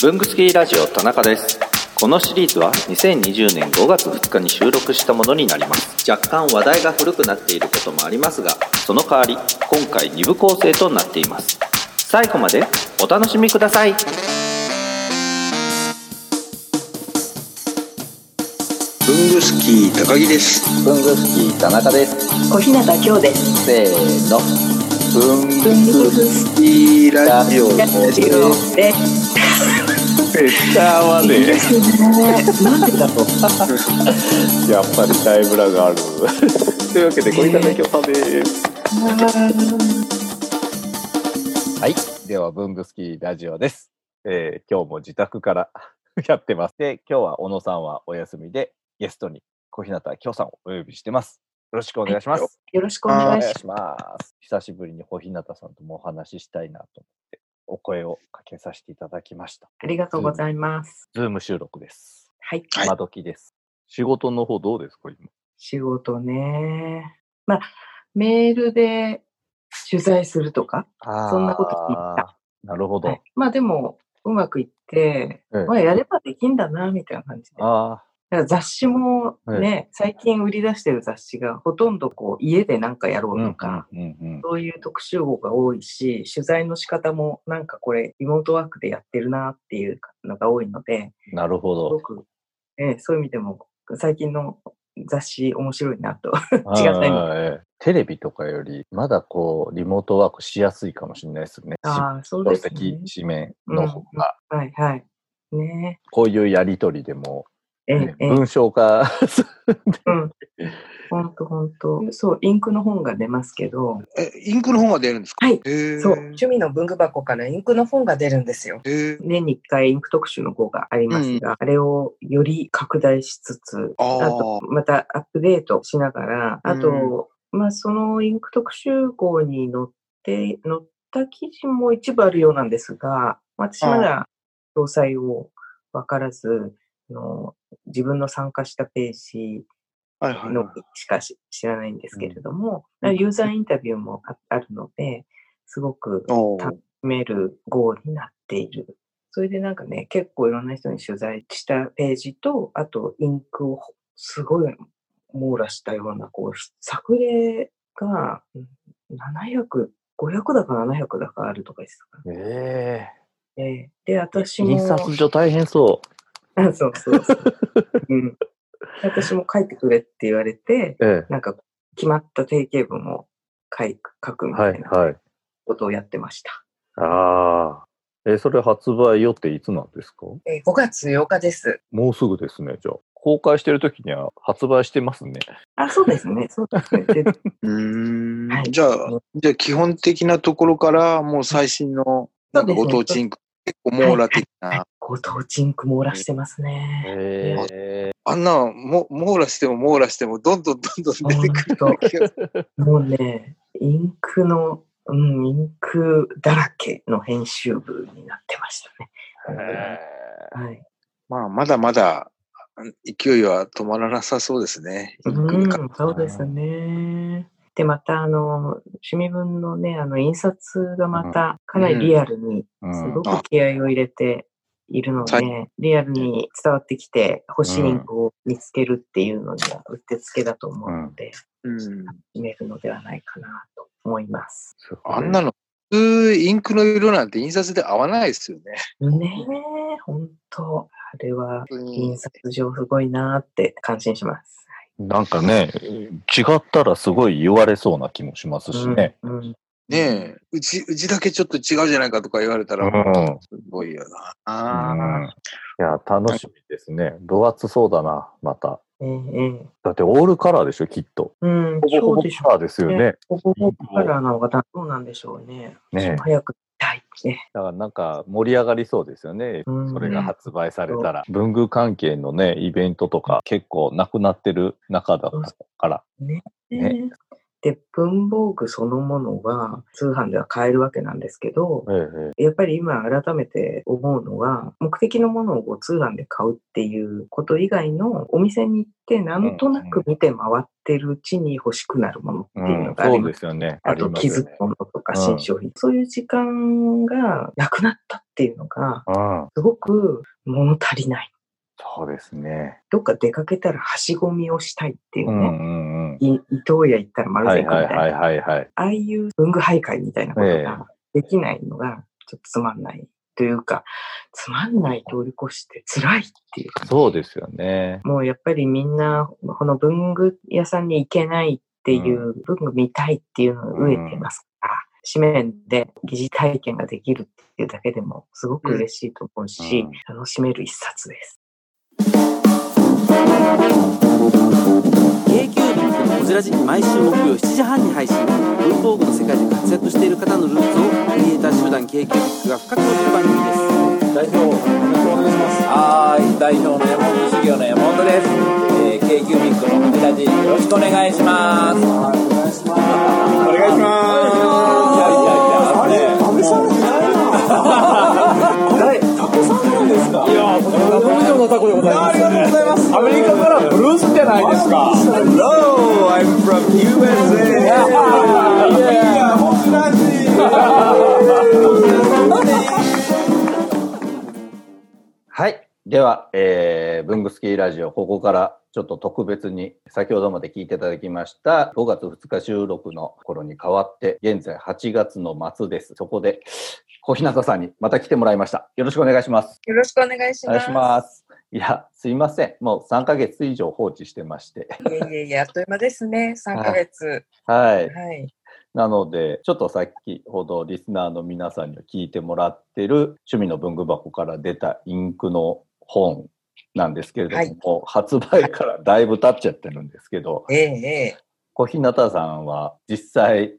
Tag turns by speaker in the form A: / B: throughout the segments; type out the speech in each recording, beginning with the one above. A: 文具好きラジオ田中ですこのシリーズは2020年5月2日に収録したものになります若干話題が古くなっていることもありますがその代わり今回2部構成となっています最後までお楽しみください
B: 文具スキー高木です。
A: 文具好き田中です
C: 小日向京です。
A: せーの
B: 文具スキーラジオ
C: ラ
B: です。
C: ジオで
D: 絶対合わねえ
C: なんでだろう。
D: やっぱりタイムラがある というわけで小板の京さんですはいでは文具好きラジオです、えー今日も自宅から やってますで今日は小野さんはお休みでゲストに小日向京さんをお呼びしてますよろしくお願いします、
C: よろしくお願いし
D: お願いします久しぶりに小日向さんともお話ししたいなと思ってお声をかけさせていただきました
C: ありがとうございます。
D: ズーム収録です
C: はい。
B: はい
D: 今時です仕事の方どうですか今
C: 仕事ね。まあ、メールで取材するとか。
D: そ
C: そんなこと聞いた。
D: なるほど。
C: はいまあでも、うまくいって、
D: ええ
C: まあやればできんだな、みたいな感じで。だか
D: あ
C: ら雑誌もね、最近売り出してる雑誌がほとんどこう家でなんかやろ
D: あ、
C: うとか、
D: うんうん
C: そういう特集号が多いし、取材の仕方もなんかこれリモートワークでやってるなっていうのが多いので、
D: うんなるほ
C: すご
D: ど。
C: く、ええそういう意味でも、最近の雑誌面白いなと。
D: 違
C: 違った今
D: テレビとかより、まだこう、リモートワークしやすいかもしれないですね。
C: ああ、そう
D: 書
C: ですね
D: 籍、。紙面の方が。
C: はいはい。ね
D: こういうやりとりでも、
C: え。ええ
D: ね、
C: ええ、
D: 文章 化、
C: うん。ほんとほんと。そう、インクの本が出ますけど、
B: え、インクの本が出るんですか。
C: はい
B: へー。
C: そう、趣味の文具箱からインクの本が出るんですよ。
B: へー
C: 年に1回インク特集の号がありますが、あれをより拡大しつつ、
B: あー
C: あと、またアップデートしながら、あと、まあ、そのインク特集号に載って、載った記事も一部あるようなんですが、私まだ詳細を分からず、あの自分の参加したページ
B: はいはい
C: の
B: は
C: しかし知らないんですけれども、
D: うん
C: ユーザーインタビューもああるので、すごく
B: い。おー
C: 楽しめる号になっている。それでなんかね、結構いろんな人に取材したページと、あとインクをすごい網羅したような、こう、作例がうん700、500だか700だかあるとかですか
D: え
C: ね。で、私
D: え
C: も。
D: 印刷所大変そう。
C: あそうそうそう。うん。私も書いてくれって言われて、
D: え
C: なんか決まった定型文を書い書く
D: え
C: み
D: は
C: た
D: い
C: いな
D: はい。
C: ことをやってました。
D: ああ。え、それ発売予定いつなんですか
C: えー5月8日です。
D: もうすぐですね、じゃあ。公開してる時には発売してますね。
C: あ、そうですね。そうですね。で
B: うーん
C: はい
B: じゃあ、じゃあ基本的なところから、もう最新の。なんか
C: そ
B: ご
C: うですね
B: 当地インク。結構網羅的な。
C: ご当地インク網羅してますね。
D: え
B: あんなのも、網羅しても網羅しても、どんどんどんどん出てくる
C: ほん
B: 気がする。
C: もうね、インクの、うん、インクだらけの編集部になってましたね。はい。
B: まあ、まだまだ。勢いは止まらなさそうですね。イ
C: う
B: ンクに
C: ん、そうですね。で、また、あの、市民文のね、あの、印刷がまた、かなりリアルに
D: うん
C: すごく気合を入れているので、リアルに伝わってきて、星インクを見つけるっていうのにはうってつけだと思うので、
B: うん
C: 決めるのではないかなと思います。
B: あんなの、普通インクの色なんて印刷で合わないですよね。
C: ねえ、本当あれは
B: 本当に
C: 印刷上すごいなーって感心します。
D: なんかね、違ったらすごい言われそうな気もしますしね。
C: うんうん
B: ねえ、うち、うちだけちょっと違うじゃないかとか言われた
D: う
B: ら、
D: ん。
B: すごいよな。
D: うんいや、楽しみですね。分厚そうだな、また。
C: ええええ
D: だってオールカラーでしょ、きっと。
C: う
D: ほ
C: ん、
D: ぼほ
C: そ
D: ぼ
C: うでし
D: カラ
C: ょ
D: ーですよ
C: う
D: ね。。
C: ほぼほぼカラーなのがだどうなんでしょうね。
D: ねえ
C: 早く見たいね。
D: だからなんか盛り上がりそうですよね。
C: うん
D: それが発売されたら。文具関係のね、イベントとか結構なくなってる中だから。ね
C: で、文房具そのものが通販では買えるわけなんですけど、
D: ええ
C: やっぱり今改めて思うのは、目的のものを通販で買うっていうこと以外のお店に行ってなんとなく見て回ってるうちに欲しくなるものって
D: う
C: いうの
D: ん、
C: があり
D: そう
C: ま。
D: ですすよね。
C: あ
D: り
C: と
D: ま
C: 気
D: すよ
C: づ
D: ね
C: くものとか
D: うん
C: 新商品、そういう時間がなくなったっ
B: っていうのが、
D: うん。
B: すごく物足りない。
D: そうですね。
B: どっか出かけたらはしごみをしたいっていううん
D: う
B: ね。
D: んうん。
B: い伊東屋行ったら丸
D: は
B: 善
D: い
B: 行くみた
D: はいい
B: な。
D: はいはいはい。
B: ああいう文具徘徊みたいなこと
D: ええ
B: ができないのが、ちょっとつまんないというか、つまんない通り越して辛いっていう。
D: そうですよね。
B: もうやっぱりみんな、この文具屋さんに行けないっていう、文具見たいっていうのを飢えてますから、紙面で疑似体験ができるっていうだけでもすごく嬉しいと思うし、楽しめる一冊です。
E: k q b のこじらじ毎週木曜7時半に配信文房具の世界で活躍している方のルーツをクリエイター集団 k q b が深く掘る番組です
F: 代表お願いしますはーい代表の山本修行の山本です、えー、k q ミックのこちらじよろしくお願いしますはいお願いしますお願いしますいやいやいやあれ隠されてないな誰隠されないんですかいやこれは以上のタコでございますありがとうございますアメリカからブルースじゃないですか Hello I'm from USA いやこちら
D: はい。では、えー、文具スキーラジオ、ここからちょっと特別に、先ほどまで聞いていただきました、5月2日収録の頃に変わって、現在8月の末です。そこで、小日向さんにまた来てもらいました。よろしくお願いします。
C: よろしくお願いし
D: お願
C: ま
D: いし
C: す。
D: ます。いや、すいません。もう3ヶ月以上放置してまして。
C: いえいえいえ、あっという間ですね。3ヶ月。
D: はい。
C: はい。
D: なので、ちょっと先ほどリスナーの皆さんには聞いてもらってる趣味の文具箱から出たインクの本なんですけれども、
C: はい
D: もう発売からだいぶ経っちゃってるんですけど、
C: えええ
D: 小日向さんは実際、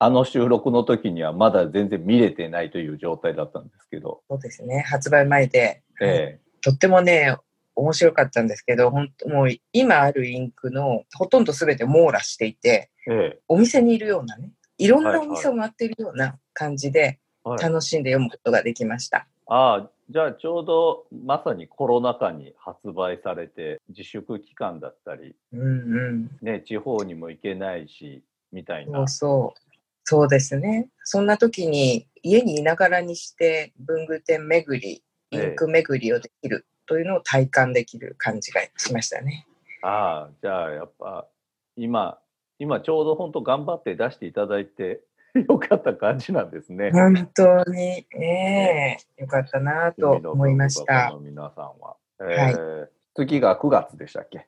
D: あの収録の時にはまだ全然見れてないという状態だったんですけど、
C: そうですね。発売前で。
D: え
C: とってもね、面白かったんですけど、本当もう今あるインクのほとんど全て網羅していて、
D: ええ
C: お店にいるようなね、いろん
D: はい
C: な
D: は
C: お
D: い
C: 店を回っているような感じで、
D: えはい
C: 楽しんで読むことができました。
D: ああ、じゃあちょうどまさにコロナ禍に発売されて、自粛期間だったり、
C: うんうん。
D: ね、地方にも行けないし、みたい
C: そ
D: な
C: う。そう。そうですね。そんな時に家にいながらにして文具店巡り、インク巡りをできるというのを体感できる感じがしましたね。
D: ああ、じゃあやっぱ今、今ちょうど本当頑張って出していただいて よかった感じなんですね。
C: 本当に、ええよかったなと思いまし
D: 趣味
C: た。
D: の文具箱の皆さんは。えー次が9月でしたっけ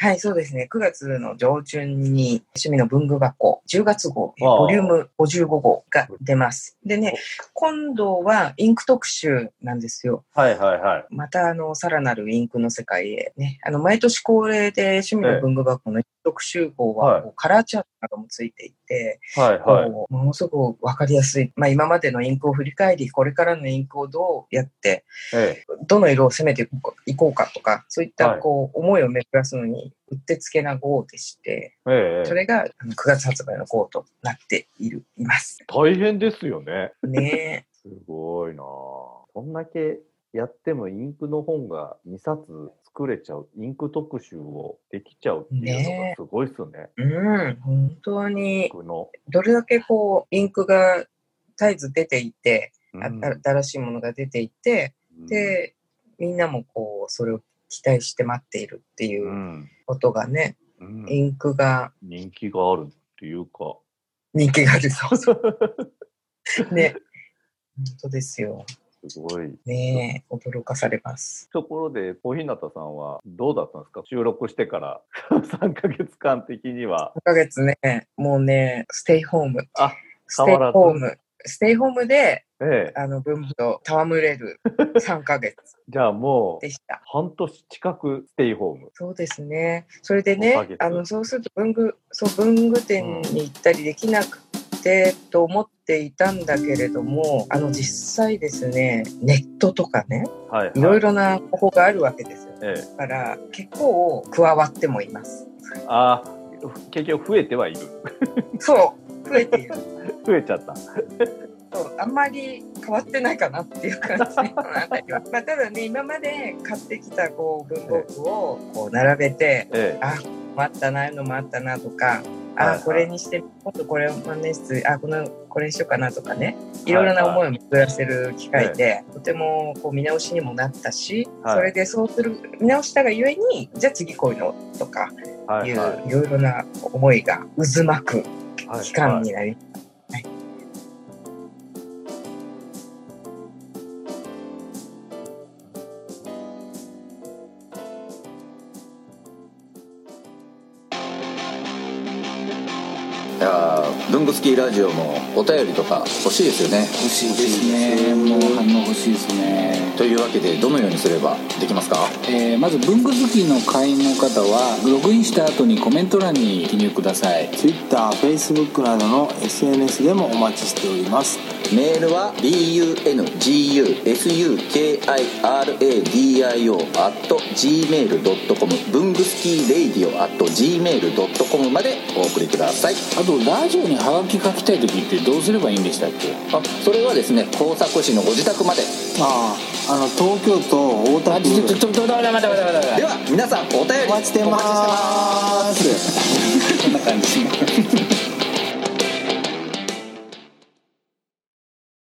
C: はい、そうですね。9月の上旬に趣味の文具箱10月号、え
D: ああ
C: ボリューム55号が出ます。でね、今度はインク特集なんですよ。
D: はいはいはい。
C: またあの、さらなるインクの世界へね。あの、毎年恒例で趣味の文具箱の特集号
D: は
C: は、
D: い
C: こうカラーチャートなどもついていて、
D: はいはい。
C: こうものすごくわかりやすい。まあ今までのインクを振り返り、これからのインクをどうやって、
D: ええ
C: どの色を攻めていこういこうかとか、そういった
D: はい
C: こう、思いを巡らすのに、うってつけな号でして、
D: ええ
C: それがあの9月発売の号となっている、います。
D: 大変ですよね。
C: ね え
D: すごいなあそんだけやってもインクの本が2冊作れちゃう、インク特集をできちゃうっていうのが
C: ね
D: すごいっすね。
C: うん、本当
D: イン
C: に、
D: クの。
C: どれだけこう、インクが絶えず出ていて、あ
D: うん
C: 新しいものが出ていて、、で、みんなもこう、それを期待して待っているっていううんことがね、
D: うん
C: インクが
D: 人気があるっていうか。
C: 人気がある。そ うそう。ね。本当ですよ。
D: すごい。
C: ねえ、驚かされます。
D: ところで、小日向さんはどうだったんですか収録してから 3ヶ月間的には。
C: 1ヶ月ね、もうね、ステイホーム。
D: あ
C: ス
D: 変
C: テイ
D: わらず
C: ホーム。ステイホームで、
D: ええ。
C: あの、文具と戯 れる3ヶ月
D: じゃあもう
C: で、した。
D: 半年近くステイホーム。
C: そうですね。それで
D: 5ヶ
C: ね
D: 月、
C: あのそうすると文具そう文具店に行ったりできなくてと思っていたんだけれども、あの実際ですね、ネットとかね、
D: はい、はい。
C: いろいろな方法があるわけですよ。
D: え
C: だから結構加わってもいます。
D: え。ああ、結局増えてはいる。
C: そう、増えている。
D: 増えちゃった。
C: そうあんまり変わってないかなっていう感じこの辺 りは。まあただね、今まで買ってきたこう文房具をこう並べて。
D: ええ。
C: あこれもあったなああいうのもあったなとか
D: はいはい
C: あこれにして今度これを万年筆あこのこれにしようかなとかねいろいろな思いを巡らせる機会で、とてもこう見直しにもなったし、
D: はい
C: それでそうする見直したがゆえにじゃあ次こういうのとか、
D: はいいうはい
C: いろいろな思いが渦巻く
D: はい
C: 期間になり、
G: いやー文具好きラジオもお便りとか欲しいですよね
F: 欲しいですねもう反応欲しいですね
G: というわけでどのようにすればできますか
F: えーまず文具好きの会員の方はログインした後にコメント欄に記入ください TwitterFacebook などの SNS でもお待ちしております
G: メールは bungusukiradio.gmail.com 文具スキーレイディオ at .gmail.com までお送りください
F: あとラジオにハガキ書きたい時ってどうすればいいんでしたっけ
G: あそれはですね工作士のご自宅まで
F: あああの東京都大田区ちょちょちょちょ待って待って待って待って
G: では皆さんお便り
F: お待ちしてます
G: お待ちしてますこんな感じ